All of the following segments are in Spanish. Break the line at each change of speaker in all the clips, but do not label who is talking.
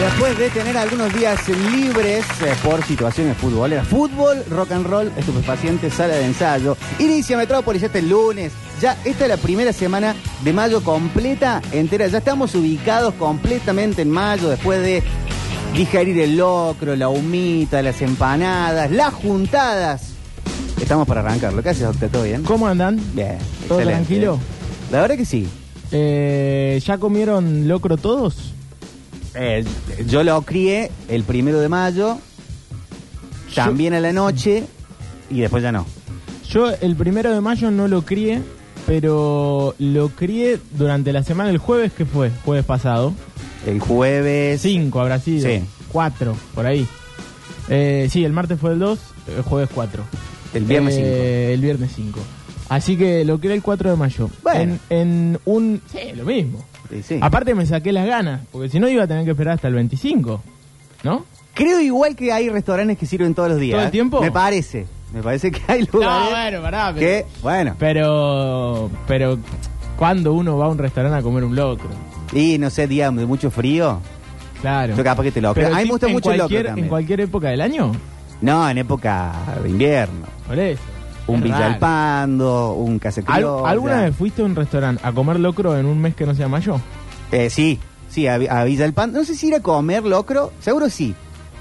después de tener algunos días libres eh, por situaciones futboleras. Fútbol, rock and roll, estupefaciente, sala de ensayo. Inicia Metrópolis este lunes. Ya esta es la primera semana de mayo completa, entera. Ya estamos ubicados completamente en mayo después de digerir el locro, la humita, las empanadas, las juntadas. Estamos para arrancar. ¿Lo que haces, doctor? ¿Todo bien?
¿Cómo andan?
Bien.
¿Todo
excelente.
tranquilo?
La verdad que sí.
Eh, ¿Ya comieron locro todos?
Eh, yo lo crié el primero de mayo, también a la noche, y después ya no.
Yo el primero de mayo no lo crié, pero lo crié durante la semana, el jueves que fue, jueves pasado.
El jueves.
Cinco habrá sido.
Sí.
Cuatro, por ahí. Eh, sí, el martes fue el 2, el jueves 4.
El viernes
El viernes 5. Así que lo crié el 4 de mayo.
Bueno.
En, en un... Sí, lo mismo.
5. Sí, sí.
Aparte me saqué las ganas, porque si no iba a tener que esperar hasta el 25, ¿no?
Creo igual que hay restaurantes que sirven todos los días.
¿Todo el tiempo?
Me parece. Me parece que hay lugares
pará, pero-
que, bueno,
Pero, pero, cuando uno va a un restaurante a comer un locro?
y no sé, digamos, de mucho frío.
Claro.
Yo capaz que te lo creo.
Pero
A mí
sí,
me gusta
en
mucho el locro
cualquier-
también.
¿En cualquier época del año?
No, en época de invierno.
Por eso.
Un
Es raro.
Villalpando, un
¿Al-
casecriollo.
¿Alguna vez fuiste a un restaurante a comer locro en un mes que no sea mayo?
Eh, sí, sí, a, Vi- a Villa del Pan. No sé si ir a comer locro, seguro sí.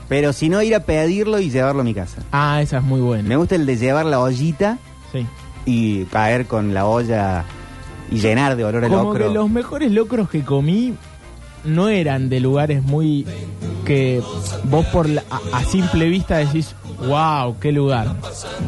Pero si no, ir a pedirlo y llevarlo a mi casa.
Ah, esa es muy
Me
buena.
gusta el de llevar la ollita
Sí.
y caer con la olla y llenar de olor a
Como
locro.
que los mejores locros que comí no eran de lugares muy que vos por la- a, a simple vista decís, wow, qué lugar.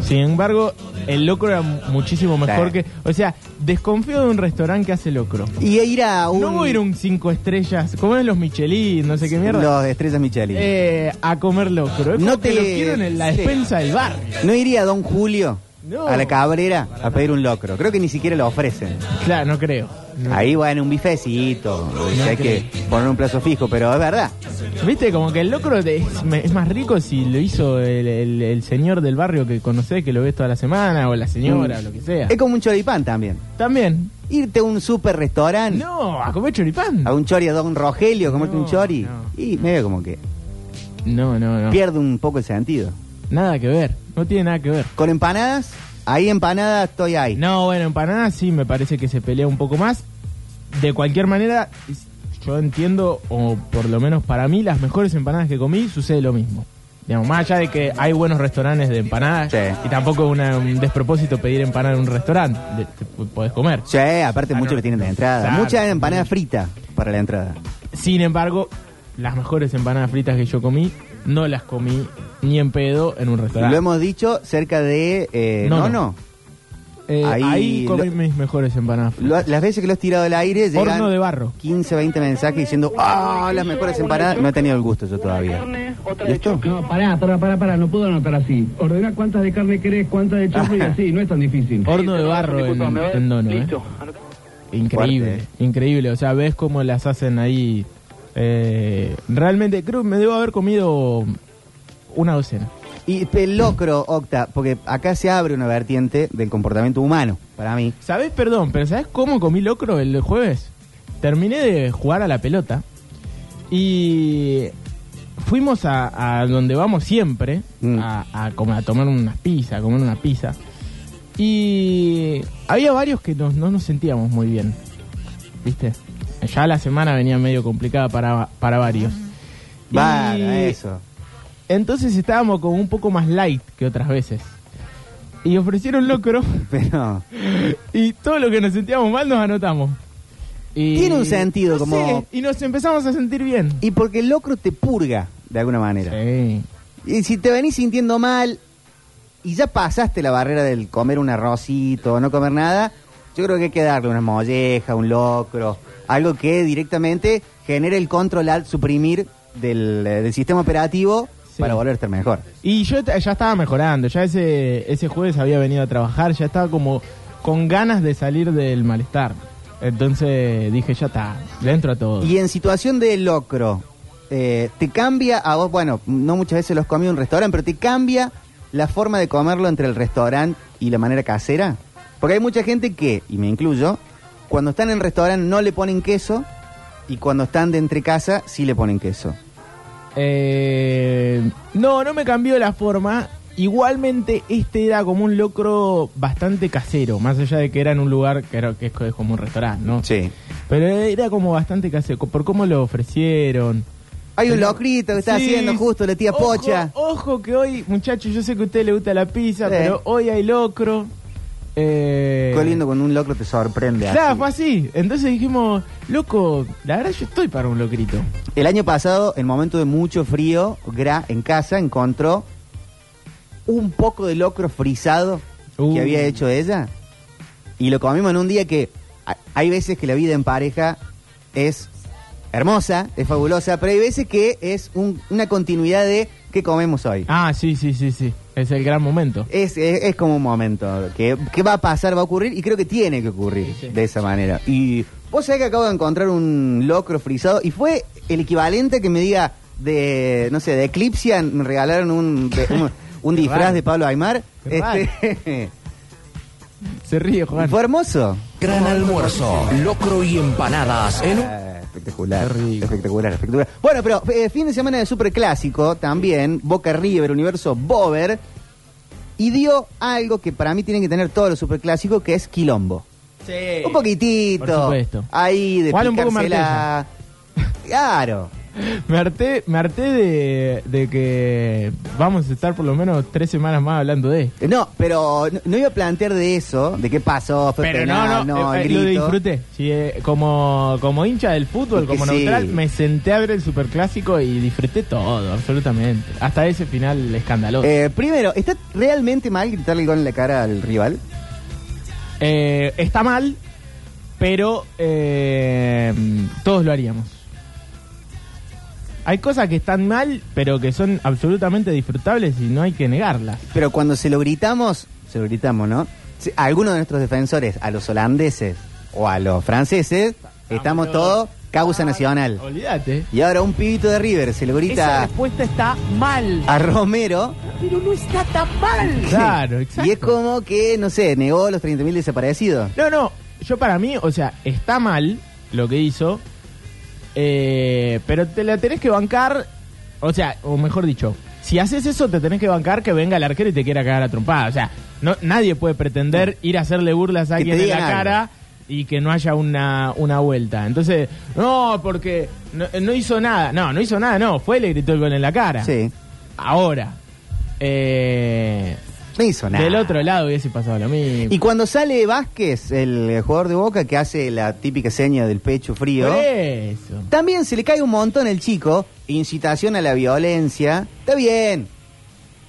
Sin embargo, el locro era muchísimo mejor
Sí.
que... O sea, desconfío de un restaurante que hace locro.
Y ir a un.
No voy a ir a un cinco estrellas, ¿cómo es los Michelin, no sé qué mierda?
Los estrellas Michelin.
Eh, a comer locro. Es
No
como que
te-
lo quiero en la
sí.
despensa del barrio.
No iría a Don Julio,
No.
a la Cabrera, a pedir un locro. Creo que ni siquiera lo ofrecen.
Claro, no creo. No.
Ahí va en un bifecito. o sea, hay que poner un plazo fijo, pero es verdad.
Viste, como que el locro te- es, me- es más rico si lo hizo el, el- el señor del barrio que conocés, que lo ves toda la semana, o la señora, o lo que sea.
Es como un choripán también.
También.
Irte a un super restaurante.
No, a comer choripán.
A un chori, a Don Rogelio, comerte
No,
un chori.
no.
Y medio como que
No, no, no.
pierde un poco el sentido.
Nada que ver. No tiene nada que ver.
Con empanadas, ahí empanadas estoy ahí.
No, bueno, empanada sí me parece que se pelea un poco más. De cualquier manera, es- yo entiendo, o por lo menos para mí, las mejores empanadas que comí sucede lo mismo. Digamos, más allá de que hay buenos restaurantes de empanadas
Sí.
y tampoco es una- un despropósito pedir empanada en un restaurante, de- te pu- podés comer.
Sí, aparte
Ah,
muchos
no.
lo tienen de entrada.
Claro.
Muchas empanadas fritas para la entrada.
Sin embargo, las mejores empanadas fritas que yo comí, no las comí ni en pedo en un
Lo
restaurante.
hemos dicho cerca de... eh,
No,
no, no.
no. Eh,
ahí
ahí, comí
lo-
mis mejores empanadas fritas.
Lo- las veces que lo he tirado al aire llegan
Horno de barro.
15, 20 mensajes diciendo ¡Ah, las mejores empanadas! No he tenido el gusto yo todavía. ¿Y esto?
No, pará, pará, pará, pará, no puedo anotar así. Ordená cuántas de carne querés, cuántas de choclo y así, no es tan difícil.
Horno de barro en, en Dono, ¿eh? Increíble,
Fuerte,
increíble. O sea, ves cómo las hacen ahí. Eh, realmente creo que me debo haber comido una docena.
Y el locro, Octa, porque acá se abre una vertiente del comportamiento humano, para mí.
¿Sabés, perdón, pero ¿sabés cómo comí locro el jueves? Terminé de jugar a la pelota y fuimos a, a donde vamos siempre,
Mm.
a, a com- a tomar unas pizzas, a comer una pizza. Y había varios que nos- no nos sentíamos muy bien, ¿viste? Ya la semana venía medio complicada para, para varios. Y-
Mm. Bueno, eso.
Entonces estábamos como un poco más light que otras veces. Y ofrecieron locro
Pero...
y todo lo que nos sentíamos mal nos anotamos. Y-
Tiene un sentido,
no
como-
sé, y nos empezamos a sentir bien.
Y porque el locro te purga, de alguna manera.
Sí.
Y si te venís sintiendo mal y ya pasaste la barrera del comer un arrocito, no comer nada, yo creo que hay que darle una molleja, un locro, algo que directamente genere el control al suprimir del, eh, del sistema operativo
Sí.
para volver a estar mejor.
Y yo t- ya estaba mejorando, ya ese, ese jueves había venido a trabajar, ya estaba como con ganas de salir del malestar. Entonces dije, ya está, le entro a todo.
Y en situación de locro, eh, te cambia a vos, bueno, no muchas veces los comí en un restaurante, pero te cambia la forma de comerlo entre el restaurante y la manera casera. Porque hay mucha gente que, y me incluyo, cuando están en el restaurante no le ponen queso y cuando están de entre casa sí le ponen queso.
Eh, no, no me cambió la forma. Igualmente, este era como un locro bastante casero, más allá de que era en un lugar que, era- que es, co- es como un restaurante, ¿no?
Sí.
Pero era como bastante casero, co- por cómo lo ofrecieron.
Hay un locrito que está
Sí,
haciendo justo la tía
ojo,
Pocha.
Ojo que hoy, muchachos, yo sé que a usted le gusta la pizza,
Sí.
pero hoy hay locro. Eh,
Qué lindo con un locro te sorprende. así.
Claro, fue así. Entonces dijimos, loco, la verdad yo estoy para un locrito.
El año pasado, en momento de mucho frío, Gra en casa encontró un poco de locro frisado
Uh.
que había hecho ella. Y lo comimos en un día que a- hay veces que la vida en pareja es hermosa, es fabulosa, pero hay veces que es un- una continuidad de qué comemos hoy.
Ah, sí, sí, sí, sí. Es el gran momento.
Es, es, es como un momento que, que va a pasar, va a ocurrir y creo que tiene que ocurrir
Sí, sí.
de esa manera. Y vos sabés que acabo de encontrar un locro frisado y fue el equivalente que me diga de, no sé, de Eclipsian, me regalaron un, de- un, un
Qué
disfraz
raro.
de Pablo Aymar.
Qué
Este,
Se ríe, Juan.
fue hermoso.
Gran almuerzo, locro y empanadas en un...
Ah, Espectacular,
Qué rico.
espectacular, espectacular. Bueno, pero eh, fin de semana de Superclásico también, Boca River, Universo Bover, y dio algo que para mí tienen que tener todos los Superclásicos, que es quilombo. Un poquitito.
Por supuesto.
Ahí de
Igual un poco
picársela. Claro.
Me harté, me harté de, de que vamos a estar por lo menos tres semanas más hablando de.
No, pero no, no iba a plantear de eso, de qué pasó, fue
Pero
penal,
no, no, eh,
el
eh, lo
grito.
disfruté. Sí, eh, como, como hincha del fútbol,
Es que
como
sí.
neutral, me senté a ver el superclásico y disfruté todo, absolutamente. Hasta ese final escandaloso.
Eh, primero, ¿está realmente mal gritarle el gol en la cara al rival?
Eh, está mal, pero eh, todos lo haríamos. Hay cosas que están mal, pero que son absolutamente disfrutables y no hay que negarlas.
Pero cuando se lo gritamos, se lo gritamos, ¿no? Si- A alguno de nuestros defensores, a los holandeses o a los franceses, estamos todos causa nacional.
Olvídate.
Y ahora un pibito de River se lo
Esa
grita
respuesta está mal.
a Romero.
Pero no está tan mal.
Claro, exacto.
Y es como que, no sé, negó los 30.000 desaparecidos.
No, no, yo para mí, o sea, está mal lo que hizo, eh, pero te la tenés que bancar, o sea, o mejor dicho, si haces eso te tenés que bancar que venga el arquero y te quiera cagar a trompada, o sea, no, nadie puede pretender ir a hacerle burlas a
Que te
alguien en la
digan algo.
cara y que no haya una, una vuelta. Entonces, no, porque no, no hizo nada, no, no hizo nada, no, fue y le gritó el gol en la cara.
Sí.
Ahora, eh,
No hizo nada.
del otro lado hubiese pasado lo mismo.
Y cuando sale Vázquez, el eh, jugador de Boca que hace la típica seña del pecho frío,
Por eso.
también se le cae un montón el chico, incitación a la violencia. Está bien.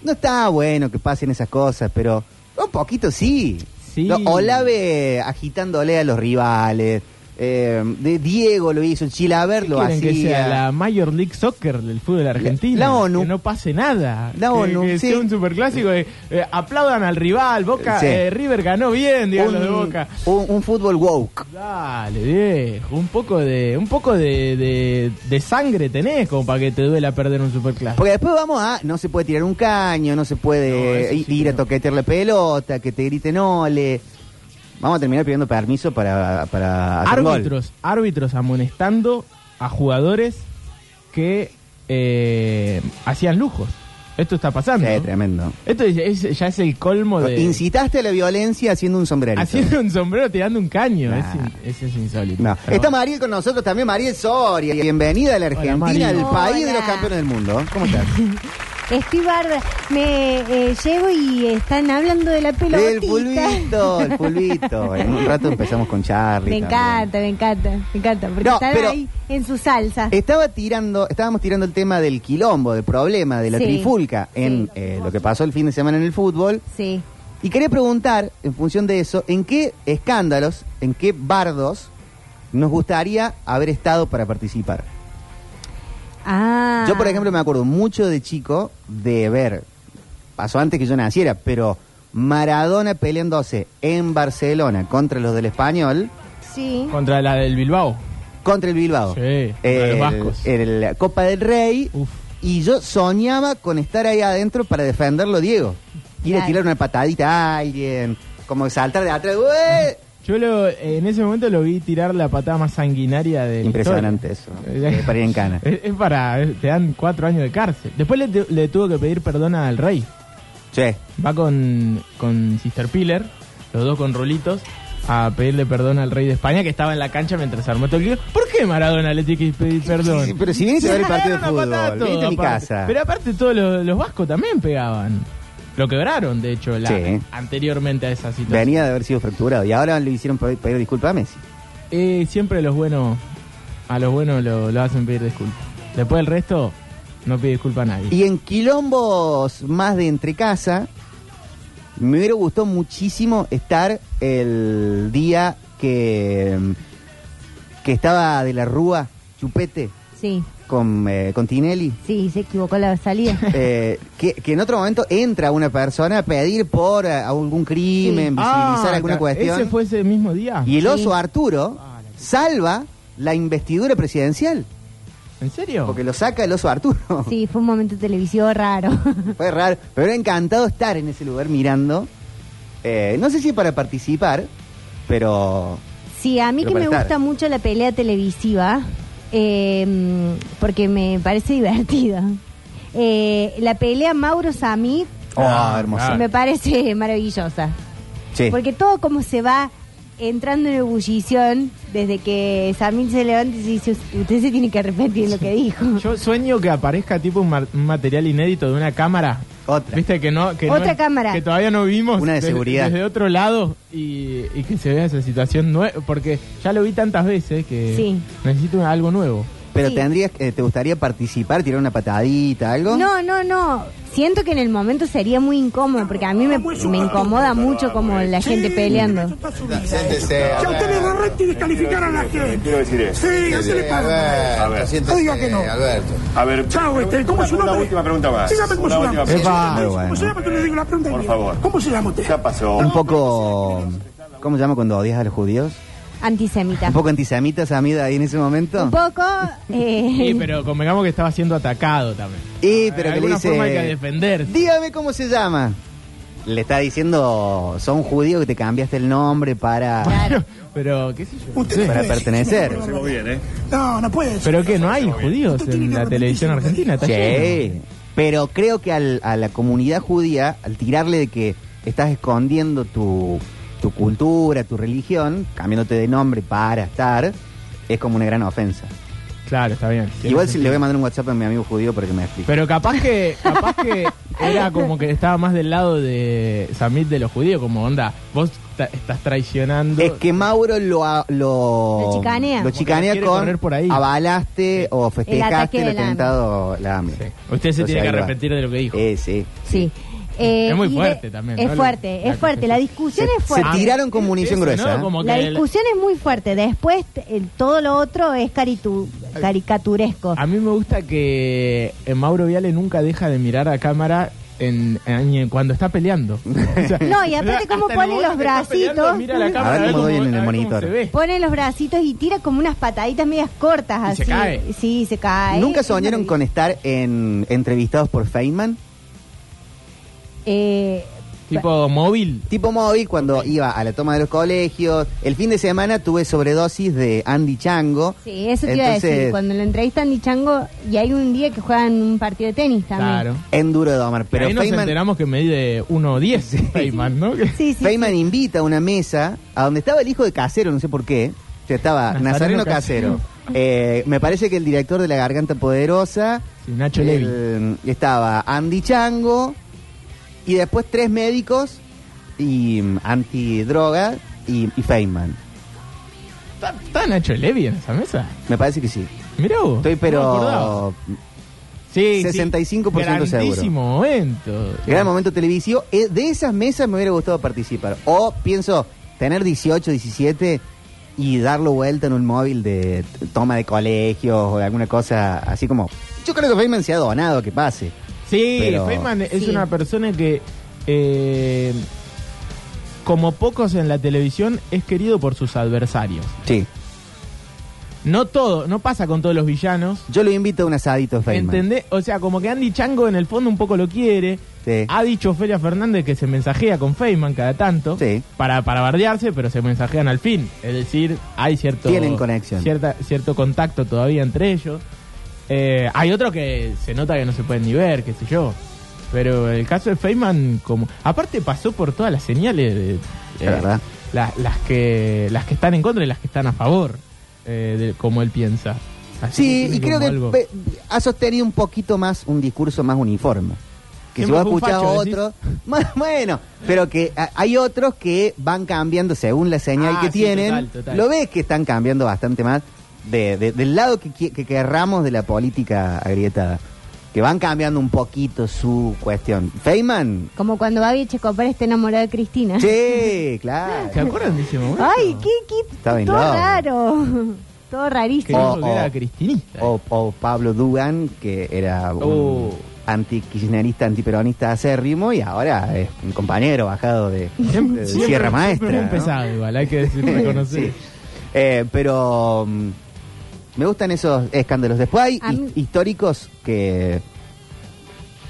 No está bueno que pasen esas cosas, pero un poquito sí.
Sí.
No, Olave agitándole a los rivales. eh, de Diego lo hizo, el Chilaver
¿Qué
lo
quieren
hacía.
que sea la Major League Soccer del fútbol argentino.
la ONU.
Que no pase nada.
La
que,
ONU,
que
sí.
sea un superclásico. eh, eh, aplaudan al rival. Boca,
Sí.
eh, River ganó bien, digan los de Boca.
un- un fútbol woke.
Dale, viejo. Un poco de, un poco de, de, de sangre tenés como para que te duela perder un superclásico.
Porque después vamos a, no se puede tirar un caño, no se
No,
puede
eso
i-
sí
ir
que
a
no.
toquetear la pelota, que te griten ole. Vamos a terminar pidiendo permiso para, para hacer un gol.
Árbitros, árbitros amonestando a jugadores que eh, hacían lujos. Esto está pasando.
Sí, tremendo.
Esto es- es- ya es el colmo de...
Incitaste a la violencia haciendo un sombrerito.
Haciendo un sombrero tirando un caño.
Nah.
Es in- Eso es insólito.
No.
Pero
Está
bueno.
Mariel con nosotros también, Mariel Soria. Bienvenida a la Argentina,
Mariel.
al país de los
Hola.
campeones del mundo. ¿Cómo estás?
Estoy barda. Me eh, llego y están hablando de la pelotita.
el pulvito, el pulvito. En un rato empezamos con Charlie.
Me
también.
encanta, me encanta, me encanta. Porque
No,
están
pero- Eh,
ahí en su salsa.
Estaba tirando, estábamos tirando el tema del quilombo, del problema, de la
Sí.
trifulca en
Sí.
eh, lo que pasó el fin de semana en el fútbol.
Sí.
Y quería preguntar, en función de eso, ¿en qué escándalos, en qué bardos nos gustaría haber estado para participar?
Ah.
Yo, por ejemplo, me acuerdo mucho de chico de ver, pasó antes que yo naciera, pero Maradona peleándose en Barcelona contra los del Español,
Sí.
Contra la del Bilbao.
contra el Bilbao.
Sí, contra
El-
los vascos.
el- la Copa del Rey.
Uf.
Y yo soñaba con estar ahí adentro para defenderlo, Diego. Ir a
Claro.
tirar una patadita a alguien, como saltar de atrás. ¡Ué!
Yo lo, en ese momento lo vi tirar la patada más sanguinaria de la
Impresionante eso.
historia.
Eh, para ir en cana.
Es, es para, es- te dan cuatro años de cárcel. Después le, tu- le tuvo que pedir perdón al rey.
Che,
Va con, con Sister Piller, los dos con rolitos, a pedirle perdón al rey de España que estaba en la cancha mientras se armó todo el lío. ¿Por qué Maradona le tiene que pedir perdón?
Sí, pero si viniste a ver el partido de
Agarraron a
fútbol,
patada
viniste a mi
aparte.
casa.
Pero aparte todos los, los vascos también pegaban. Lo quebraron, de hecho, la,
Sí.
anteriormente a esa situación.
venía de haber sido fracturado y ahora le hicieron pe- pedir disculpas a Messi.
Eh, siempre los buenos, a los buenos lo, lo hacen pedir disculpas. Después el resto no pide disculpa a nadie.
Y en quilombos más de entre casa, me hubiera gustado muchísimo estar el día que, que estaba de la Rúa Chupete
Sí,
con, eh, con Tinelli.
sí, se equivocó la salida.
Eh, que, que en otro momento entra una persona a pedir por eh, algún crimen, visibilizar alguna
ca-
cuestión.
Ah, ¿Ese fue ese mismo día?
Y el oso Arturo salva la investidura presidencial,
¿En serio?
porque lo saca el oso Arturo.
Sí, fue un momento televisivo raro.
Fue raro, pero era encantado estar en ese lugar mirando. Eh, no sé si para participar, pero
Sí, a mí
Pero
que me
para estar.
gusta mucho la pelea televisiva, eh, porque me parece divertida. Eh, la pelea Mauro Samir
oh,
Ah,
hermoso.
claro.
me parece maravillosa.
Sí.
Porque todo como se va entrando en ebullición desde que Samir se levanta y se dice, usted se tiene que arrepentir lo que dijo.
Yo sueño que aparezca tipo un, mar- un material inédito de una cámara.
Otra.
¿Viste que no? Que no
Otra
es-
cámara.
Que todavía no vimos.
Una de
desde-
seguridad.
Desde otro lado y, y que se vea esa situación nueva. Porque ya lo vi tantas veces que
Sí.
necesito algo nuevo.
Pero
Sí.
tendrías, eh, ¿te gustaría participar, tirar una patadita, algo?
No, no, no. Siento que en el momento sería muy incómodo, porque a mí me, me incomoda mucho como la gente peleando.
Ya usted le agarraste y descalificaron a la gente.
Quiero decir eso.
Sí, no se le paga.
A ver,
No diga
Eh,
que no.
a ver.
Chao, este, ¿cómo es su
una
nombre?
última pregunta más.
Dígame cómo
Una
se
última
llama.
pregunta.
Epa.
Pero
¿Cómo se
bueno,
llama? Te le digo la pregunta.
Ah, Por
y-
favor.
¿Cómo se llama usted?
Ya pasó.
un poco... ¿Cómo se llama cuando odias a los judíos?
Antisemita.
Un poco antisemita, Samida, ahí en ese momento.
Un poco. eh,
Sí, pero convengamos que estaba siendo atacado también.
Y,
De
pero que le
alguna
dice...
forma hay que defenderse.
Dígame cómo se llama. Le está diciendo, son judíos que te cambiaste el nombre para,
Claro. Pero, qué sé yo.
Usted no
para
puede decir,
pertenecer.
no,
Hacemos
no,
bien, ¿eh?
No, no puede ser.
Pero que no hay judíos
Usted tiene
en
que
la
arrepentirse
televisión
de lo que
argentina. está lleno.
Sí, pero creo que al- a la comunidad judía, al tirarle de que estás escondiendo tu, tu cultura, tu religión, cambiándote de nombre para estar, es como una gran ofensa.
Claro, está bien.
Igual si le voy a mandar un WhatsApp a mi amigo judío para que me explique.
Pero capaz que, capaz que era como que estaba más del lado de Samit de los judíos, como onda, vos ta- estás traicionando.
es que Mauro lo, a- lo,
Lo chicanea.
lo chicanea
Como que quiere
con
correr por ahí.
avalaste o festejaste
ataque
el
del AMIA.
atentado la AMIA.
Sí. Usted se
Entonces,
tiene que
ahí va.
arrepentir de lo que dijo.
Eh, sí.
sí. Eh,
Es muy
y de-
fuerte también,
Es
¿no?
fuerte,
La-
es fuerte. La discusión es
Se
fuerte.
tiraron con munición
Eso,
gruesa.
¿no? Como
La
que el-
discusión es muy fuerte. Después, t- el- todo lo otro es caritu- caricaturesco.
A mí me gusta que eh, Mauro Viale nunca deja de mirar a cámara en, en- en- cuando está peleando. O sea,
No, y aparte cómo
hasta en el momento
pone los
que está peleando,
bracitos.
Mira la
A
cámara,
ver cómo doy en el
a ver
monitor. Pues,
se ve.
Pone los bracitos y tira como unas pataditas medias cortas
Y se
así.
cae.
Sí, se cae.
¿Nunca
Es
soñaron
maravilloso.
con estar en entrevistados por Feynman?
Eh,
Tipo móvil.
Tipo móvil, cuando iba a la toma de los colegios. El fin de semana tuve sobredosis de Andy Chango.
sí, eso te iba a decir. Cuando lo entrevistan y Chango, y hay un día que juegan un partido de tenis también.
Claro.
En duro de domar. Pero
Ahí nos
Feynman,
enteramos que mide 1.10 Feynman, ¿no? Que-
Sí, sí.
Feynman invita a una mesa a donde estaba el hijo de Casero, no sé por qué. O sea, estaba Nazareno,
Nazareno
Casero.
Casero.
Eh, me parece que el director de La Garganta Poderosa.
Sí, Nacho
el- Estaba Andy Chango. Y después tres médicos. Y mm, antidroga. Y, y Feynman.
¿Está, está Nacho Levi en esa mesa?
Me parece que sí.
Mirá vos.
Estoy
no me acordaba.
pero
Sí, sí.
65% seguro.
Grandísimo momento.
Gran momento televisivo. Eh, De esas mesas me hubiera gustado participar. O pienso tener 18, 17 y darlo vuelta en un móvil de t- toma de colegios o de alguna cosa así como... Yo creo que Feynman se ha donado a que pase.
Sí,
Pero-
Feynman es
Sí.
una persona que, eh, como pocos en la televisión, es querido por sus adversarios.
Sí.
No todo, no pasa con todos los villanos.
Yo lo invito a un asadito, Feynman.
¿Entendés? O sea, como que Andy Chango en el fondo un poco lo quiere.
Sí.
Ha dicho Feria Fernández que se mensajea con Feynman cada tanto
Sí.
para, para bardearse, pero se mensajean al fin. Es decir, hay cierto,
Tienen conexión.
cierta- cierto contacto todavía entre ellos. Eh, hay otros que se nota que no se pueden ni ver, qué sé yo. Pero el caso de Feynman, como. Aparte, pasó por todas las señales. de- eh,
Es verdad.
la- las, que, las que están en contra y las que están a favor, eh, de- como él piensa. Así
Sí,
tiene
y creo
como
que
algo-
pe- ha sostenido un poquito más un discurso más uniforme. Que si vos
Siempre fue un
escuchás a
facho,
otro, bueno, pero que ah, hay otros que van cambiando según la señal
Ah,
que
sí,
tienen.
total, total.
Lo ves que están cambiando bastante más de- de- del lado que, qui- que querramos de la política agrietada. Que van cambiando un poquito su cuestión. Feynman,
Como cuando Babi Checopar está enamorado de Cristina.
sí, claro.
¿Se acuerdan de ese momento?
Ay, qué, qué-
Estaba in
todo
love.
raro. Todo
Que
rarísimo.
Oh.
dijo que era cristinista.
O, o Pablo Dugan, que era un
Oh.
anti-kirchnerista, antiperonista acérrimo y ahora es un compañero bajado de,
Siempre-
de
siempre-
Sierra Maestra.
Siempre fue un
¿no?
pesado, igual, hay que decir- reconocer.
Sí. Eh, pero mm, me gustan esos escándalos. Después hay
A
his-
mí-
históricos que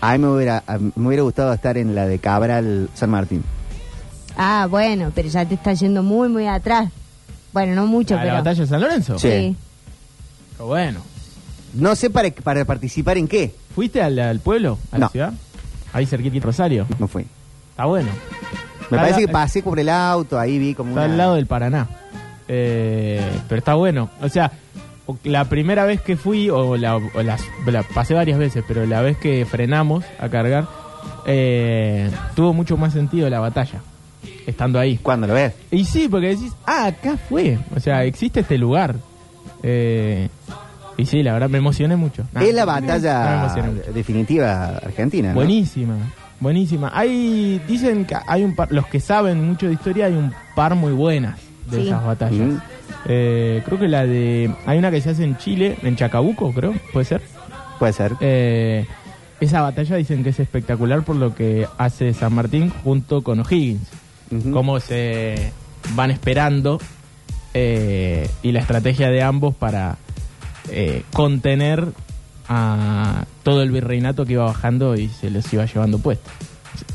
a mí me hubiera, a mí me hubiera gustado estar en la de Cabral San Martín.
Ah, bueno, pero ya te está yendo muy, muy atrás. Bueno, no mucho,
¿A la
pero.
batalla de San Lorenzo?
Sí.
Pero Bueno.
No sé para, para participar en qué.
¿Fuiste al, al pueblo? ¿A la
No.
ciudad? Ahí cerquita de Rosario.
No fui.
Está bueno.
Me
Está
parece
la-
que pasé por el auto, ahí vi como
Está
una-
al lado del Paraná. Eh, pero está bueno. O sea, o- la primera vez que fui, o, la, o las- la- pasé varias veces, pero la vez que frenamos a cargar, eh, tuvo mucho más sentido la batalla, estando ahí.
Cuando lo ves.
Y sí, porque decís, ah, acá fue. O sea, existe este lugar. Eh, y sí, la verdad, me emocioné mucho. Nah,
es la
no me- no me
batalla
emocioné mucho.
definitiva argentina. ¿no?
Buenísima, buenísima. Hay, dicen que hay un par, los que saben mucho de historia, hay un par muy buenas de
Sí.
esas batallas.
Mm.
Eh, creo que la de, hay una que se hace en Chile, en Chacabuco, creo, puede ser.
Puede ser.
Eh, esa batalla dicen que es espectacular por lo que hace San Martín junto con O'Higgins.
Ujú.
Cómo se van esperando eh, y la estrategia de ambos para eh, contener a todo el virreinato que iba bajando y se los iba llevando puestos.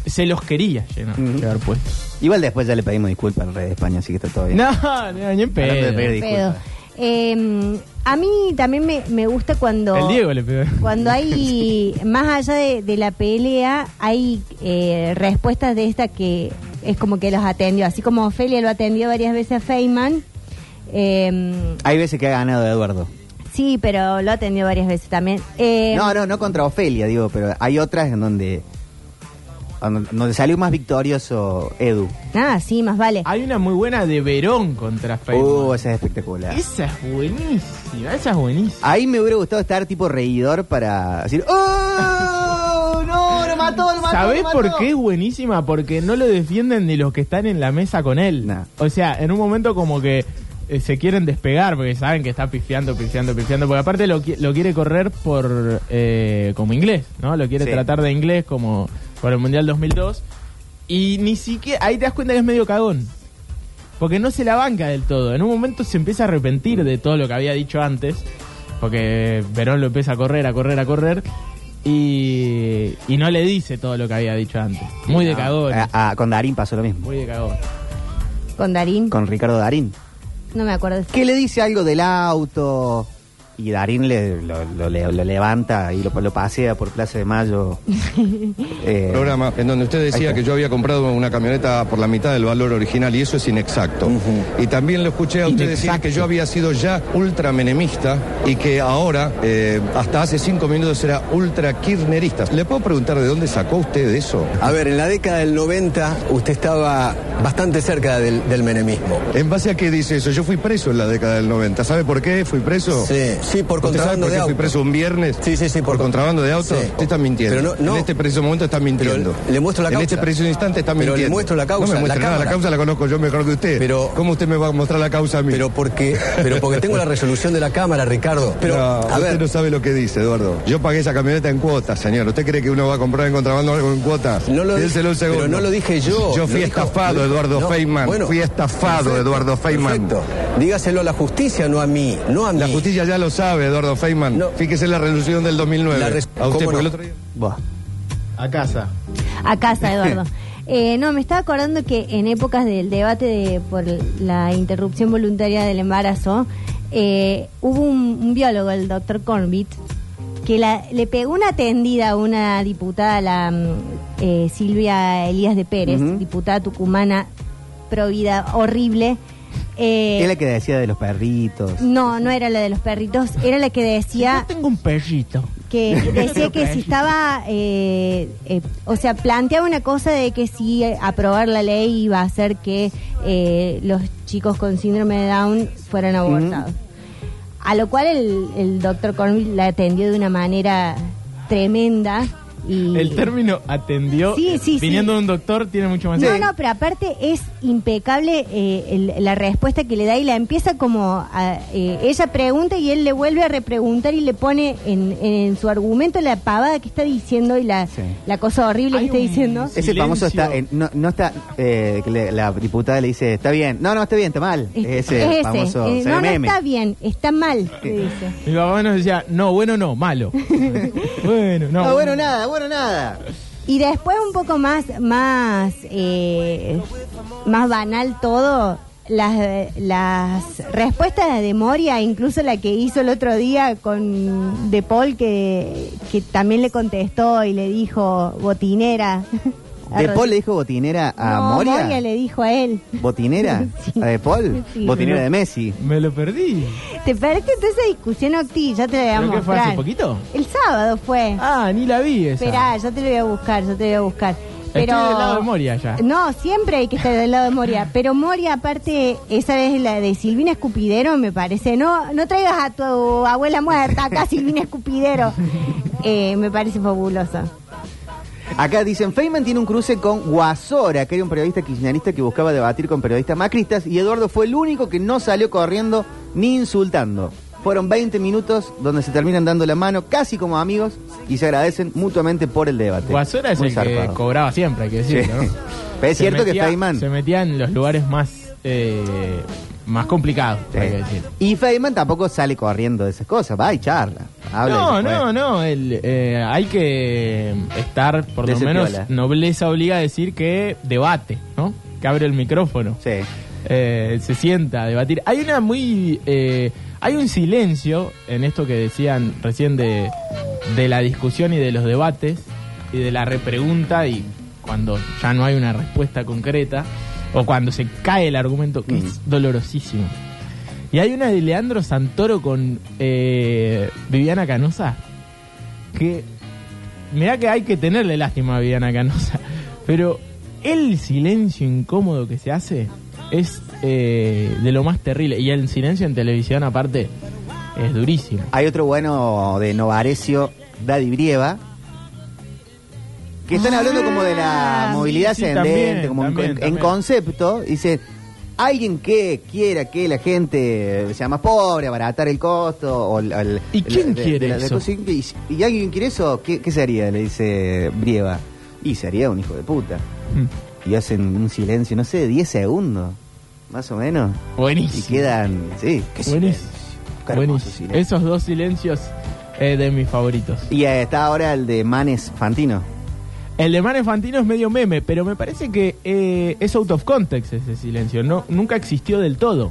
Se- Se los quería llenar-
Ujú.
llevar puestos.
Igual después ya le pedimos disculpas al rey de España, así que está todo bien.
No, no, ni en pedo.
Hablando de pedo,
El
disculpa.
Pedo. Eh, a mí también me, me gusta cuando.
Diego le pegó.
Cuando hay, más allá de, de la pelea, hay eh, respuestas de esta que es como que los atendió. Así como Ofelia lo atendió varias veces a Feynman. eh,
Hay veces que ha ganado Eduardo.
sí, pero lo atendió varias veces también. Eh,
No, no, no contra Ofelia, digo, pero hay otras en donde, en donde salió más victorioso Edu.
Ah, sí, más vale.
Hay una muy buena de Verón contra Facebook.
Uh, esa es espectacular.
Esa es buenísima, esa es buenísima.
Ahí me hubiera gustado estar tipo reidor para decir, ¡Oh! ¡No, lo mató, lo mató!
¿Sabés
lo mató!
por qué es buenísima? Porque no lo defienden ni los que están en la mesa con él.
No.
O sea, en un momento como que eh, se quieren despegar porque saben que está pifiando, pifiando, pifiando. Porque aparte lo, qui- lo quiere correr por eh, como inglés, ¿no? Lo quiere
Sí.
tratar de inglés como por el Mundial 2002. Y ni siquiera... Ahí te das cuenta que es medio cagón. Porque no se la banca del todo. En un momento se empieza a arrepentir de todo lo que había dicho antes. Porque Verón lo empieza a correr, a correr, a correr. Y, y no le dice todo lo que había dicho antes. Muy de cagón.
Ah, ah, con Darín pasó lo mismo.
Muy de cagón.
Con Darín.
Con Ricardo Darín.
No me acuerdo.
que le dice algo del auto y Darín le, lo, lo- le- lo levanta y lo, lo pasea por Plaza de Mayo. Eh,
programa en donde usted
Ahí
decía
está.
que yo había comprado una camioneta por la mitad del valor original y eso es inexacto. Y también lo escuché a usted decir
Inexacto.
que yo había sido ya ultra menemista y que ahora, eh, hasta hace cinco minutos, era ultra kirchnerista. ¿Le puedo preguntar de dónde sacó usted eso?
A ver, en la década del 90 usted estaba bastante cerca del, del menemismo.
¿En base a qué dice eso? Yo fui preso en la década del 90. ¿Sabe por qué fui preso?
Sí. Sí, por
¿Usted sabe
contrabando
por qué
de
fui
auto.
preso un viernes?
Sí, sí, sí,
Por,
por con-
contrabando de auto.
Sí.
Usted está mintiendo.
Pero no- no.
En este preciso momento está mintiendo.
Pero le muestro la
En
causa.
este preciso instante está
Pero le
mintiendo.
muestro la causa,
No me muestra
la
nada, la
cámara.
causa la conozco yo mejor que usted.
Pero-
¿Cómo usted me va a mostrar la causa a mí?
Pero porque, pero porque tengo la resolución de la Cámara, Ricardo. Pero,
No,
a
usted
ver,
no sabe lo que dice, Eduardo. Yo pagué esa camioneta en cuotas, señor. ¿Usted cree que uno va a comprar en contrabando algo en cuotas?
No lo
Piénselo un
dije-
segundo.
pero no lo dije yo.
Yo fui
Lo dijo-
estafado,
lo-
Eduardo
no,
Feynman.
bueno,
fui estafado,
perfecto,
Eduardo Feynman.
perfecto. Dígaselo a la justicia, no a mí. No a mí.
La justicia ya lo sabe, Eduardo Feynman.
No.
Fíjese la resolución del 2009.
La res-
a
¿Cómo
usted, porque
no?
el otro día...
Buah.
A casa.
A casa, Eduardo. Eh, no, me estaba acordando que en épocas del debate de, por la interrupción voluntaria del embarazo, eh, hubo un, un biólogo, el doctor Cornbit, que la- le pegó una tendida a una diputada, la mm, eh, Silvia Elías de Pérez, diputada tucumana, provida, horrible. Eh,
Es la que decía de los perritos.
No, no era la de los perritos, era la que decía
Tengo un perrito.
que decía que si estaba, eh, eh, o sea, planteaba una cosa de que si eh, aprobar la ley iba a hacer que eh, los chicos con síndrome de Down fueran abortados. A lo cual el, el doctor Cornwell la atendió de una manera tremenda. Y
El término atendió.
Sí, sí, sí.
Viniendo de un doctor tiene mucho más
no,
sentido.
no, pero aparte es impecable eh, el- la respuesta que le da y la empieza como a- eh, ella pregunta y él le vuelve a repreguntar y le pone en, en su argumento la pavada que está diciendo y la,
Sí.
la cosa horrible
Hay
que está
un-
diciendo.
Ese
Silencio.
famoso está, en- no, no está, eh, que le- la diputada le dice, está bien, no, no, está bien, está mal.
Es-
Ese,
es
famoso
eh,
o sea,
no, no
meme.
está bien, está mal, le dice.
Mi papá nos decía, no, bueno, no, malo. bueno, no.
No, Ah, bueno, nada, bueno, nada.
Y después un poco más, más, eh, más banal todo, las, eh, las respuestas de Moria, incluso la que hizo el otro día con De Paul, que, que también le contestó y le dijo botinera.
¿De Paul le dijo botinera a
No,
Moria?
le dijo a él.
¿Botinera?
Sí.
¿A De Paul?
Sí.
¿Botinera de Messi?
Me lo perdí.
Te perdiste toda esa discusión, Octi, ya te la voy a
¿Pero qué fue, hace
mostrar.
poquito?
El sábado fue.
Ah, ni la vi esa.
Esperá, yo te lo voy a buscar, yo te lo voy a buscar. Pero...
Estoy del lado de Moria ya.
No, siempre hay que estar del lado de Moria. Pero Moria, aparte, esa vez la de Silvina Escupidero, me parece. No, no traigas a tu abuela muerta acá, Silvina Escupidero. Eh, me parece fabuloso.
Acá dicen, Feynman tiene un cruce con Guasora, que era un periodista kirchnerista que buscaba debatir con periodistas macristas, y Eduardo fue el único que no salió corriendo ni insultando. Fueron 20 minutos donde se terminan dando la mano casi como amigos y se agradecen mutuamente por el debate.
Guasora es
Muy
el que
zarpado.
cobraba siempre, hay que
Sí.
decirlo, ¿no?
Pero es
Se
cierto
metía-
que Feynman...
Se metía en los lugares más, eh, más complicados,
Sí.
hay que decir.
Y Feynman tampoco sale corriendo de esas cosas, va y charla. habla
No,
y se fue.
no, no, el, eh, hay que estar, por
De
lo
ese
menos,
piola.
nobleza obliga a decir que debate, ¿no? Que abre el micrófono.
Sí.
eh, se sienta a debatir. Hay una muy. eh, hay un silencio en esto que decían recién de, de la discusión y de los debates y de la repregunta y cuando ya no hay una respuesta concreta o cuando se cae el argumento que es dolorosísimo. Y hay una de Leandro Santoro con eh, Viviana Canosa que Mirá que hay que tenerle lástima a Viviana Canosa, pero el silencio incómodo que se hace es eh, de lo más terrible. Y el silencio en televisión, aparte, es durísimo.
Hay otro bueno de Novarecio, Daddy Brieva. Que están hablando como de la
Ah,
movilidad
sí, sí,
ascendente,
también,
como en-
también,
en,
también.
concepto. Dice, alguien que quiera que la gente sea más pobre, abaratar el costo. O el- el-
¿Y quién
de-
quiere
de la- de
eso?
cosa- y, y alguien quiere eso? ¿Qué, qué sería? Le dice Brieva. Y sería un hijo de puta.
Mm.
Y hacen un silencio, no sé, 10 segundos, más o menos. Y
Buenísimo.
quedan, sí.
Buenísimo.
Qué hermoso
Buenísimo.
silencio.
Esos dos silencios eh, de mis favoritos.
Y eh, está ahora el de Manes Fantino.
El de Manes Fantino es medio meme, pero me parece que eh, es out of context ese silencio. No, nunca existió del todo.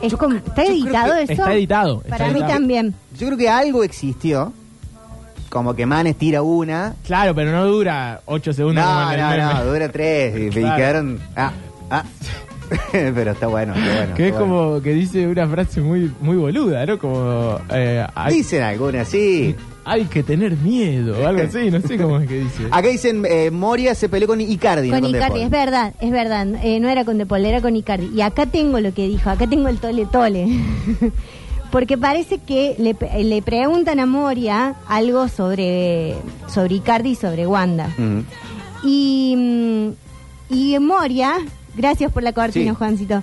Es como- ¿Está editado
que
eso?
está editado, está
Para mí
editado.
también.
Yo creo que algo existió. Como que Manes tira una.
Claro, pero no dura ocho segundos. como
No,
en el
no,
meme.
no, dura tres. Y, y
Claro.
quedaron. Ah, ah. Pero está bueno, está bueno.
Que es
está bueno.
como que dice una frase muy, muy boluda, ¿no? Como eh, hay,
Dicen algunas, sí.
hay que tener miedo, o algo así, no sé cómo es que dice.
Acá dicen eh, Moria se peleó con Icardi. no
Con
De
Icardi,
Paul.
es verdad, es verdad. Eh, no era con De Paul, era con Icardi. Y acá tengo lo que dijo, acá tengo el tole tole. Porque parece que le, pe- le preguntan a Moria algo sobre, sobre Icardi y sobre Wanda.
Mm.
Y, mm, y Moria, gracias por la cortina,
Sí.
Juancito.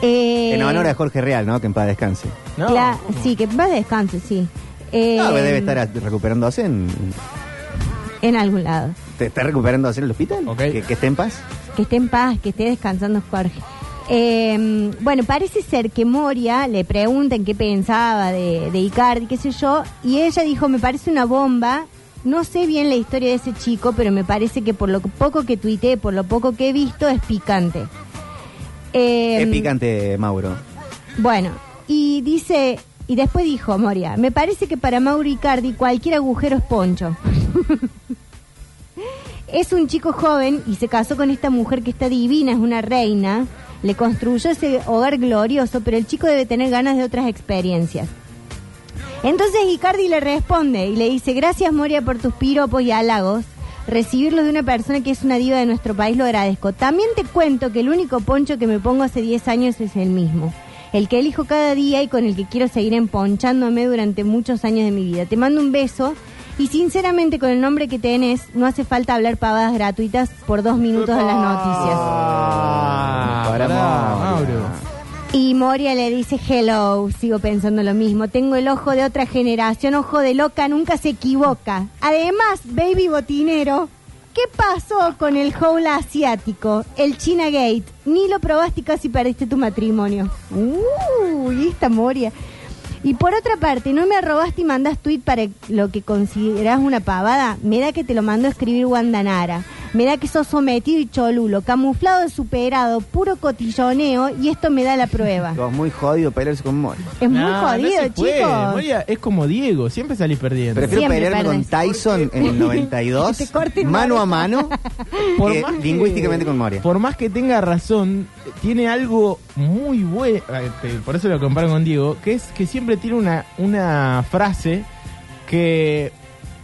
Eh,
En honor a Jorge Real, ¿no? Que en paz descanse.
No,
cla-
¿cómo?
sí, que va a descanso, sí. Eh,
Ah, debe estar a- recuperándose en.
En algún lado.
¿Te está recuperándose en el hospital?
Ok.
Que, que esté en paz.
Que esté en paz, que esté descansando Jorge. Eh, bueno, parece ser que Moria le preguntan qué pensaba de, de Icardi, qué sé yo, y ella dijo, me parece una bomba, no sé bien la historia de ese chico, pero me parece que por lo poco que tuiteé, por lo poco que he visto, es picante. Eh,
es picante, Mauro.
Bueno, y dice, y después dijo Moria, me parece que para Mauro Icardi cualquier agujero es poncho. es un chico joven y se casó con esta mujer que está divina, es una reina. Le construyó ese hogar glorioso, pero el chico debe tener ganas de otras experiencias. Entonces Icardi le responde y le dice, gracias Moria por tus piropos y halagos. Recibirlos de una persona que es una diva de nuestro país lo agradezco. También te cuento que el único poncho que me pongo hace 10 años es el mismo. El que elijo cada día y con el que quiero seguir emponchándome durante muchos años de mi vida. Te mando un beso y sinceramente con el nombre que tenés no hace falta hablar pavadas gratuitas por dos minutos en las noticias.
Ah,
Para
pará,
Mauro.
Mauro.
Y Moria le dice, hello, sigo pensando lo mismo, tengo el ojo de otra generación, ojo de loca, nunca se equivoca. Además, baby botinero, ¿qué pasó con el howla asiático, el China Gate? Ni lo probaste y casi perdiste tu matrimonio. Uy, esta Moria. Y por otra parte, ¿no me robaste y mandas tweet para lo que considerás una pavada? Me da que te lo mandó a escribir Guandanara. Me da que sos sometido y cholulo, camuflado de superado, puro cotilloneo y esto me da la prueba.
Sos muy jodido pelearse con Moria.
Es muy
Nah, no
jodido,
se puede.
chicos.
Moria es como Diego, siempre salís perdiendo.
Prefiero
Siempre
pelearme con
perdés.
Tyson en el 92,
Que te corten
mano
la
a mano, que Eh, lingüísticamente con Moria.
Por más que tenga razón, tiene algo muy bueno, por eso lo comparo con Diego, que es que siempre tiene una, una frase que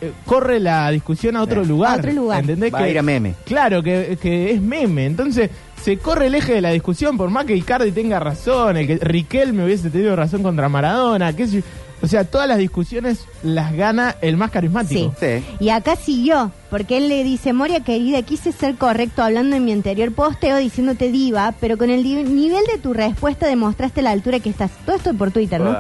eh, corre la discusión a otro
Sí.
lugar.
A otro lugar.
¿Entendés?
Eh. Va
que,
a ir a meme.
Claro, que, que es meme. Entonces, se corre el eje de la discusión, por más que Icardi tenga razón, el que Riquelme hubiese tenido razón contra Maradona, qué sé yo. O sea, todas las discusiones las gana el más
Sí.
carismático.
Sí.
Y acá siguió, porque él le dice, Moria querida, quise ser correcto hablando en mi anterior posteo diciéndote diva, pero con el di- nivel de tu respuesta demostraste la altura que estás. Todo esto por Twitter, ¿no?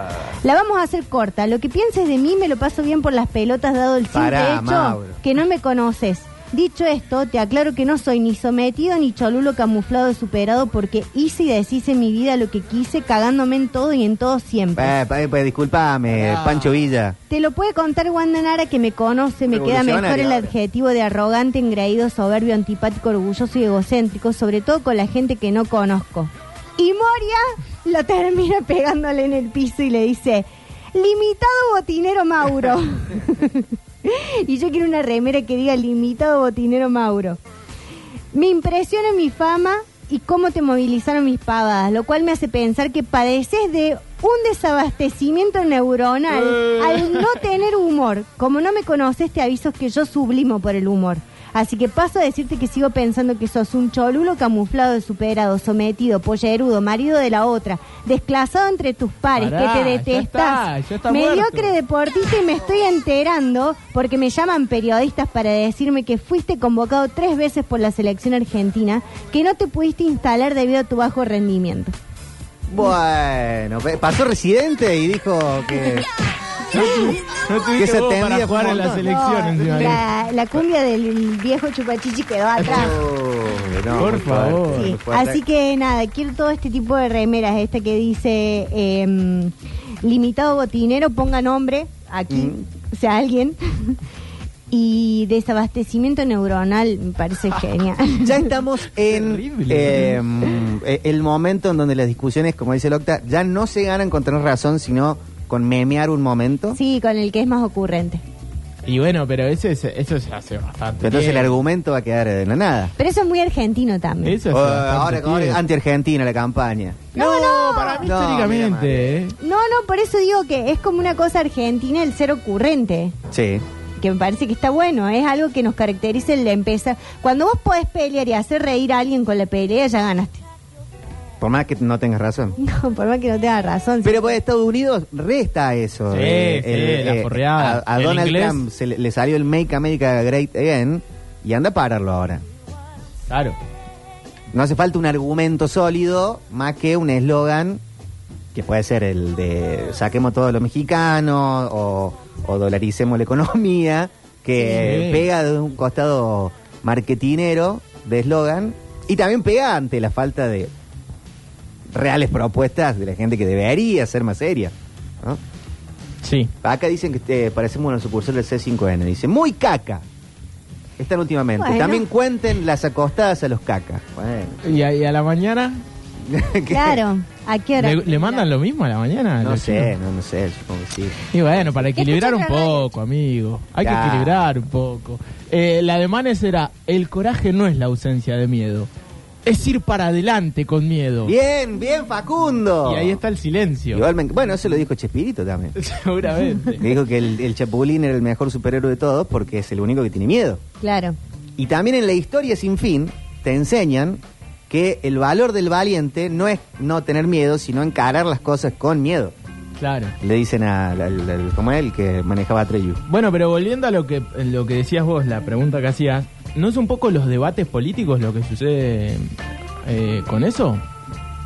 La vamos a hacer corta. Lo que pienses de mí me lo paso bien por las pelotas, dado el simple
Pará,
hecho
Mauro.
que no me conoces. Dicho esto, te aclaro que no soy ni sometido ni cholulo camuflado superado porque hice y deshice en mi vida lo que quise, cagándome en todo y en todo siempre.
Eh, pa- eh, pa- disculpame, Pancho Villa.
Te lo puede contar Wanda Nara que me conoce, me queda mejor
Revolucionaria
el
ahora.
adjetivo de arrogante, engreído, soberbio, antipático, orgulloso y egocéntrico, sobre todo con la gente que no conozco. Y Moria lo termina pegándole en el piso y le dice, limitado botinero Mauro. y yo quiero una remera que diga limitado botinero Mauro. Me impresiona mi fama y cómo te movilizaron mis pavadas, lo cual me hace pensar que padeces de un desabastecimiento neuronal
Eh.
al no tener humor. Como no me conoces, te aviso que yo sublimo por el humor. Así que paso a decirte que sigo pensando que sos un cholulo camuflado de superado, sometido, pollerudo, marido de la otra, desclasado entre tus pares,
Pará,
que te
ya
detestas,
está, ya está
mediocre
muerto.
de deportista y me estoy enterando porque me llaman periodistas para decirme que fuiste convocado tres veces por la selección argentina, que no te pudiste instalar debido a tu bajo rendimiento.
Bueno, pe- pasó residente y dijo que.
No
Que
tuviste
se
voz
tendía
para jugar
un
en la
montón.
selección encima.
la, la cumbia del viejo chupachichi quedó atrás.
Oh, no,
Por
muy fuerte,
favor.
muy
Sí.
fuerte.
Así que nada, quiero todo este tipo de remeras, esta que dice em, limitado botinero, ponga nombre aquí, o sea, alguien. y desabastecimiento neuronal, me parece genial.
Ya estamos en
Terrible.
eh, mm, eh, el momento en donde las discusiones, como dice Locta, ya no se ganan con tener razón, sino con memear un momento.
Sí, con el que es más ocurrente.
Y bueno, pero ese, es- eso se hace bastante.
Pero Entonces el
tiempo.
argumento va a quedar en la nada.
Pero eso es muy argentino también.
Eso
Eh,
hace
ahora,
bastante
ahora
tiempo.
anti-argentina la campaña.
No, para mí
No, mira,
históricamente. eh.
No, no, por eso digo que es como una cosa argentina el ser ocurrente,
Sí.
que me parece que está bueno, es algo que nos caracteriza el de empezar. Cuando vos podés pelear y hacer reír a alguien con la pelea, ya ganaste.
Por más que no tengas razón.
No, por más que no tenga razón.
Pero para Estados Unidos resta eso. eh,
Sí, sí, la forreada.
A, a
El
Donald
inglés.
Trump se le, le salió el Make America Great Again y anda a pararlo ahora.
Claro.
No hace falta un argumento sólido más que un eslogan que puede ser el de saquemos todo lo mexicano o, o dolaricemos la economía, que
Sí.
pega de un costado marketinero de eslogan y también pega ante la falta de reales propuestas de la gente que debería ser más seria. ¿no?
Sí.
Acá dicen que eh, parecemos una sucursal del C5N. Dice, muy caca. Están últimamente.
Bueno.
También cuenten las acostadas a los cacas. Bueno.
¿Y a, y a la mañana?
¿Qué?
Claro, ¿a qué hora?
¿Le, le mandan lo mismo a la mañana?
No
los
sé,
chinos?
no, no sé, supongo que sí.
Y bueno, para equilibrar un
Escucha otra radio.
poco, amigo. Hay que
Ya.
equilibrar un poco. Eh, la de Manes era, el coraje no es la ausencia de miedo, es ir para adelante con miedo.
Bien, bien, Facundo.
Y ahí está el silencio.
Igual me- bueno, eso lo dijo Chespirito también.
Seguramente.
Que dijo que el, el Chapulín era el mejor superhéroe de todos porque es el único que tiene miedo.
Claro.
Y también en la historia sin fin te enseñan que el valor del valiente no es no tener miedo, sino encarar las cosas con miedo.
Claro.
Le dicen a, al- al- al- como él, que manejaba a Treyu.
Bueno, pero volviendo a lo que, lo que decías vos, la pregunta que hacías, ¿no es un poco los debates políticos lo que sucede eh, con eso?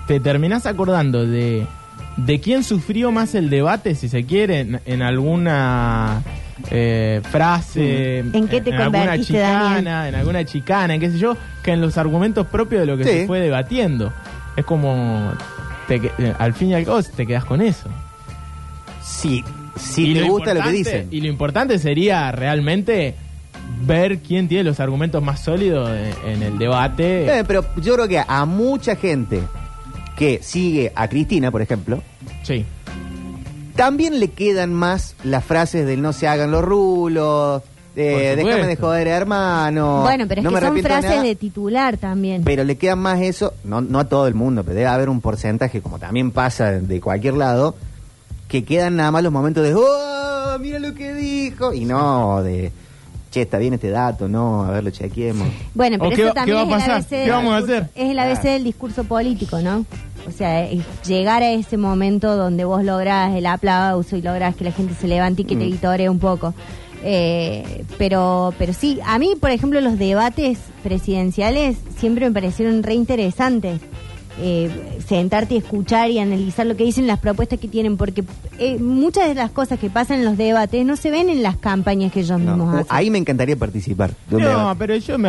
¿Te terminás acordando de, de quién sufrió más el debate, si se quiere, en, en alguna eh, frase,
Mm. ¿En qué te
alguna
convertiste,
chicana,
Daniel?
en alguna chicana, en qué sé yo, que en los argumentos propios de lo que
Sí.
se fue debatiendo? Es como, te que- eh, al fin y al cabo, te quedás con eso.
Sí, si
Y
te
lo
gusta lo que
importante-
dicen.
Y lo importante sería realmente ver quién tiene los argumentos más sólidos en, en el debate.
Eh, pero yo creo que a, a mucha gente que sigue a Cristina, por ejemplo,
Sí.
También le quedan más las frases del no se hagan los rulos, eh,
Por supuesto.
déjame de joder, hermano.
bueno, pero es
no me
que son
arrepiento
frases
nada.
de titular también.
Pero le quedan más eso, no, no a todo el mundo, pero debe haber un porcentaje, como también pasa de cualquier lado, que quedan nada más los momentos de, ¡oh, mira lo que dijo! Y no de, che, está bien este dato, no, a ver, lo chequeemos.
Bueno, pero
¿O qué
eso
va-
también
qué va a
es el
pasar?
ABC del
¿Qué vamos a
discurso-
hacer?
Es el ABC del discurso político, ¿no? O sea, es llegar a ese momento donde vos lográs el aplauso y lográs que la gente se levante y que
Mm.
te vitoree un poco. Eh, pero, pero sí, a mí, por ejemplo, los debates presidenciales siempre me parecieron re interesantes. Eh, sentarte y escuchar y analizar lo que dicen, las propuestas que tienen, porque eh, muchas de las cosas que pasan en los debates no se ven en las campañas que ellos
No.
mismos
Uh,
hacen.
Ahí me encantaría participar. de un
No,
debate.
pero yo me,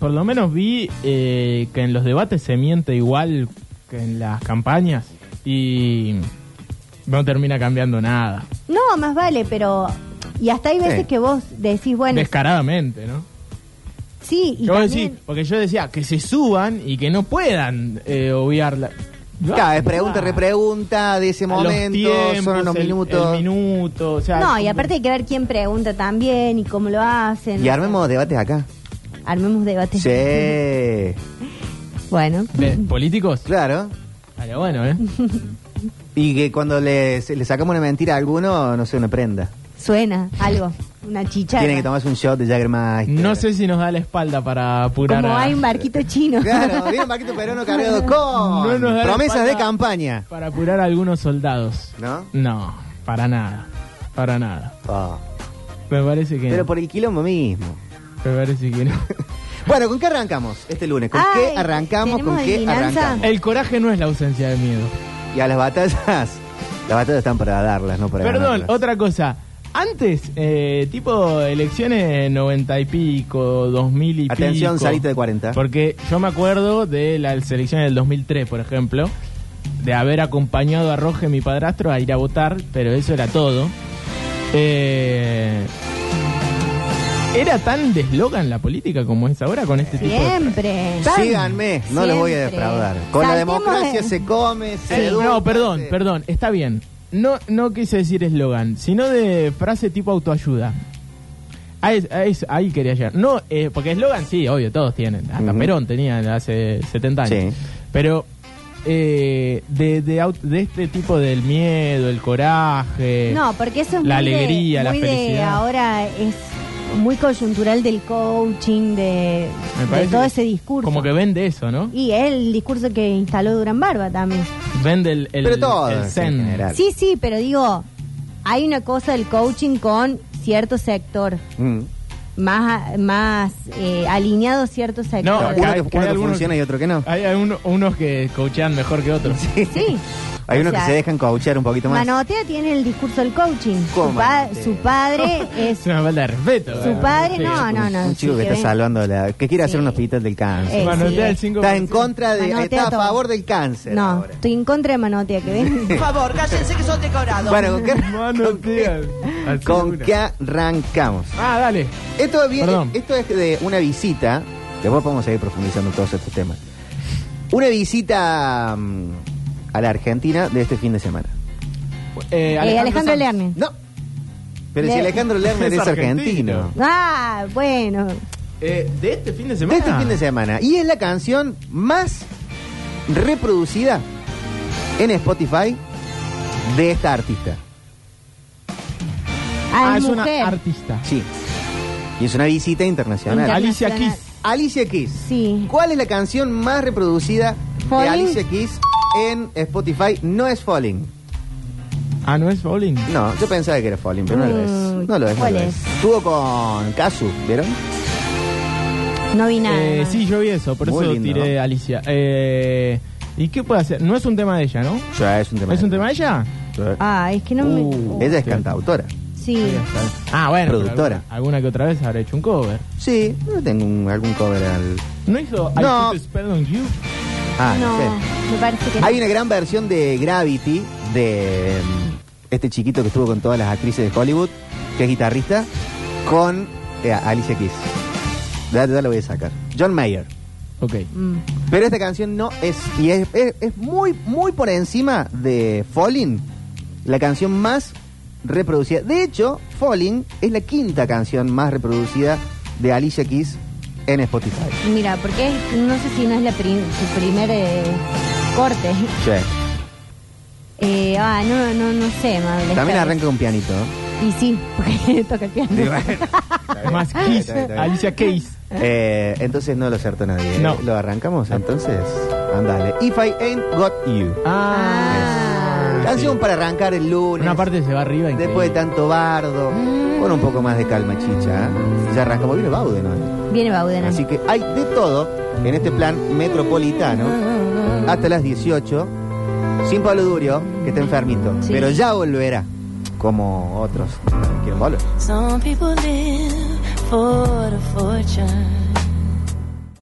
por lo menos vi eh, que en los debates se miente igual que en las campañas y no termina cambiando nada.
No, más vale, pero. Y hasta hay veces
Sí.
que vos decís, bueno,
Descaradamente, ¿no?
sí, y
Yo
también-
decí- porque yo decía que se suban y que no puedan eh, obviarla.
Claro, es pregunta, repregunta de ese
A los
momento, son
tiempos,
unos
el-
minutos.
el minuto, o sea,
No, y
como-
aparte hay que ver quién pregunta también y cómo lo hacen.
y armemos debates acá.
Armemos debate.
Sí,
Bueno.
¿De políticos?
claro.
Estaría bueno, ¿eh?
Y que cuando le, se- le sacamos una mentira a alguno, no sé, una prenda.
Suena algo. Una chicharra.
Tiene que tomarse un shot de Jägermeister.
No sé si nos da la espalda para apurar
Como
a-
hay un barquito chino.
Claro, bien, Paquito Perono cargado con
No nos da
promesas
la
de
espalda.
campaña.
para apurar a algunos soldados.
¿No?
No, para nada. Para nada.
Oh,
Me parece que
Pero
no.
por el quilombo mismo.
Me parece que no.
Bueno, ¿con qué arrancamos este lunes? ¿Con
Ay,
qué arrancamos? ¿Con
¿tenemos
qué
adivinanza?
arrancamos?
El coraje no es la ausencia de miedo.
Y a las batallas. Las batallas están para darlas, no para
Perdón,
ganarlas.
otra cosa. Antes, eh, tipo elecciones noventa y pico, dos mil y
Atención,
pico.
salita de 40.
Porque yo me acuerdo de las elecciones del 2003, por ejemplo, de haber acompañado a Roge, mi padrastro, a ir a votar, pero eso era todo. Eh, ¿Era tan deslogan la política como es ahora con este tipo de...
Siempre.
Síganme, no les voy a
Siempre.
defraudar. Con la
Saltemos
democracia
de-
se come, se
Eh,
educa,
no, perdón,
se-
perdón, está bien. No, no quise decir eslogan, sino de frase tipo autoayuda. Ah, Ahí, ahí- ahí quería llegar. No, eh, porque eslogan sí, obvio, todos tienen. Hasta
Ujú.
Perón tenía hace 70 años.
Sí.
Pero eh, de, de, aut- de este tipo del miedo, el coraje.
No, porque eso es
La
muy de-
alegría, la
muy de
felicidad.
ahora es muy coyuntural del coaching, de,
Me
de
parece
todo
que-
ese discurso.
Como que vende eso, ¿no?
Y el discurso que instaló Durán Barba también.
Vende el, el,
Pero todo,
el
en
zen.
general.
Sí, sí, pero digo, hay una cosa del coaching con cierto sector,
Mm.
más, más eh, alineado cierto
No,
sector.
acá
Uno que-
hay-
uno
que hay
que
algunos-
funciona y otro que no.
Hay uno- unos que coachean mejor que otros.
Sí.
Hay
O
unos que
sea,
se dejan coachear un poquito más.
Manotea tiene el discurso del coaching.
¿Cómo
Su, pa-
Manotea?
su padre es...
Es una falta de respeto.
Su padre, no, no, no.
un chico
sí,
que está
ven-
salvando la. que quiere hacer
Sí.
un hospital del cáncer.
Eh,
Manotea
sí.
el 5%.
Está en contra de.
Manotea
Está a
todo.
favor del cáncer.
No,
ahora.
estoy en contra de Manotea, que ven.
Por favor, cállense que son decorados.
Bueno, ¿con qué,
Manotea. Así
con
una.
qué arrancamos?
Ah, dale.
Esto, viene-
Perdón.
esto es de una visita. Después podemos seguir profundizando en todos estos temas. Una visita mm, a la Argentina de este fin de semana.
Eh,
Eh, Alejandro
Sanz.
Lerner.
No. Pero si
Le-
Alejandro Lerner
Es
es argentino.
argentino.
Ah, bueno.
Eh, ¿De este fin de
De
semana?
este fin de semana. Y es la canción más reproducida en Spotify de esta artista.
Ah,
Ah, es
es
una
mujer.
artista.
Sí. Y es una visita internacional.
Inter-
Alicia
Internacional.
Keys.
Alicia Keys.
Sí.
¿Cuál es la canción más reproducida de
Falling.
Alicia Keys en Spotify? No es Falling.
Ah, ¿no es bowling?
No, yo pensaba que era Falling, pero no lo es.
Mm,
No lo es. no
¿cuál
lo
es?
es. Estuvo con Kazu, ¿vieron?
No vi nada.
Eh,
no.
sí, yo vi eso, por
Muy
eso
lindo,
tiré
¿no?
Alicia. Eh, ¿Y qué puede hacer? No es un tema de ella, ¿no?
Ya, es un tema.
¿Es un tema de ella?
Sí.
Ah, es que no
Uh,
me.
Ella es cantautora.
Sí.
Ah, bueno. pero
Productora.
Alguna, alguna que otra vez habrá hecho un cover.
Sí, yo tengo un- algún cover al.
¿No hizo I
No.
Put a Spell on You?
Ah, no,
No,
sé.
me parece que. no.
Hay una gran versión de Gravity de mm, este chiquito que estuvo con todas las actrices de Hollywood, que es guitarrista, con eh, Alicia Keys. Ya, ya lo voy a sacar. John Mayer.
Ok.
Mm.
Pero esta canción no es, y es, es- es muy, muy por encima de Falling, la canción más reproducida. De hecho, Falling es la quinta canción más reproducida de Alicia Keys en Spotify.
Mira, porque es- no sé si no es la prim- su primer eh, corte. Eh, ah, no, no, no sé, madre.
También
esta vez.
arranca con pianito. ¿no?
Y sí, porque toca el piano.
Digo,
eh.
bueno.
Más
Está bien,
Keys.
está bien, está bien.
Alicia Keys.
Eh, entonces no lo acertó nadie. ¿eh?
No.
Lo arrancamos, entonces. Andale. If I ain't got you.
Ah.
Canción para arrancar el lunes.
Una parte Mm. se va arriba.
Después de
increíble.
tanto bardo, con un poco más de calma, chicha. ¿eh? Ya arrancamos bien Bauden hoy.
Viene Bauden.
Así que hay de todo en este plan metropolitano hasta las 18. Sin Pablo Durio, que está enfermito.
Sí.
Pero ya volverá, como otros. ¿Quieren volver?
Some people live for the fortune.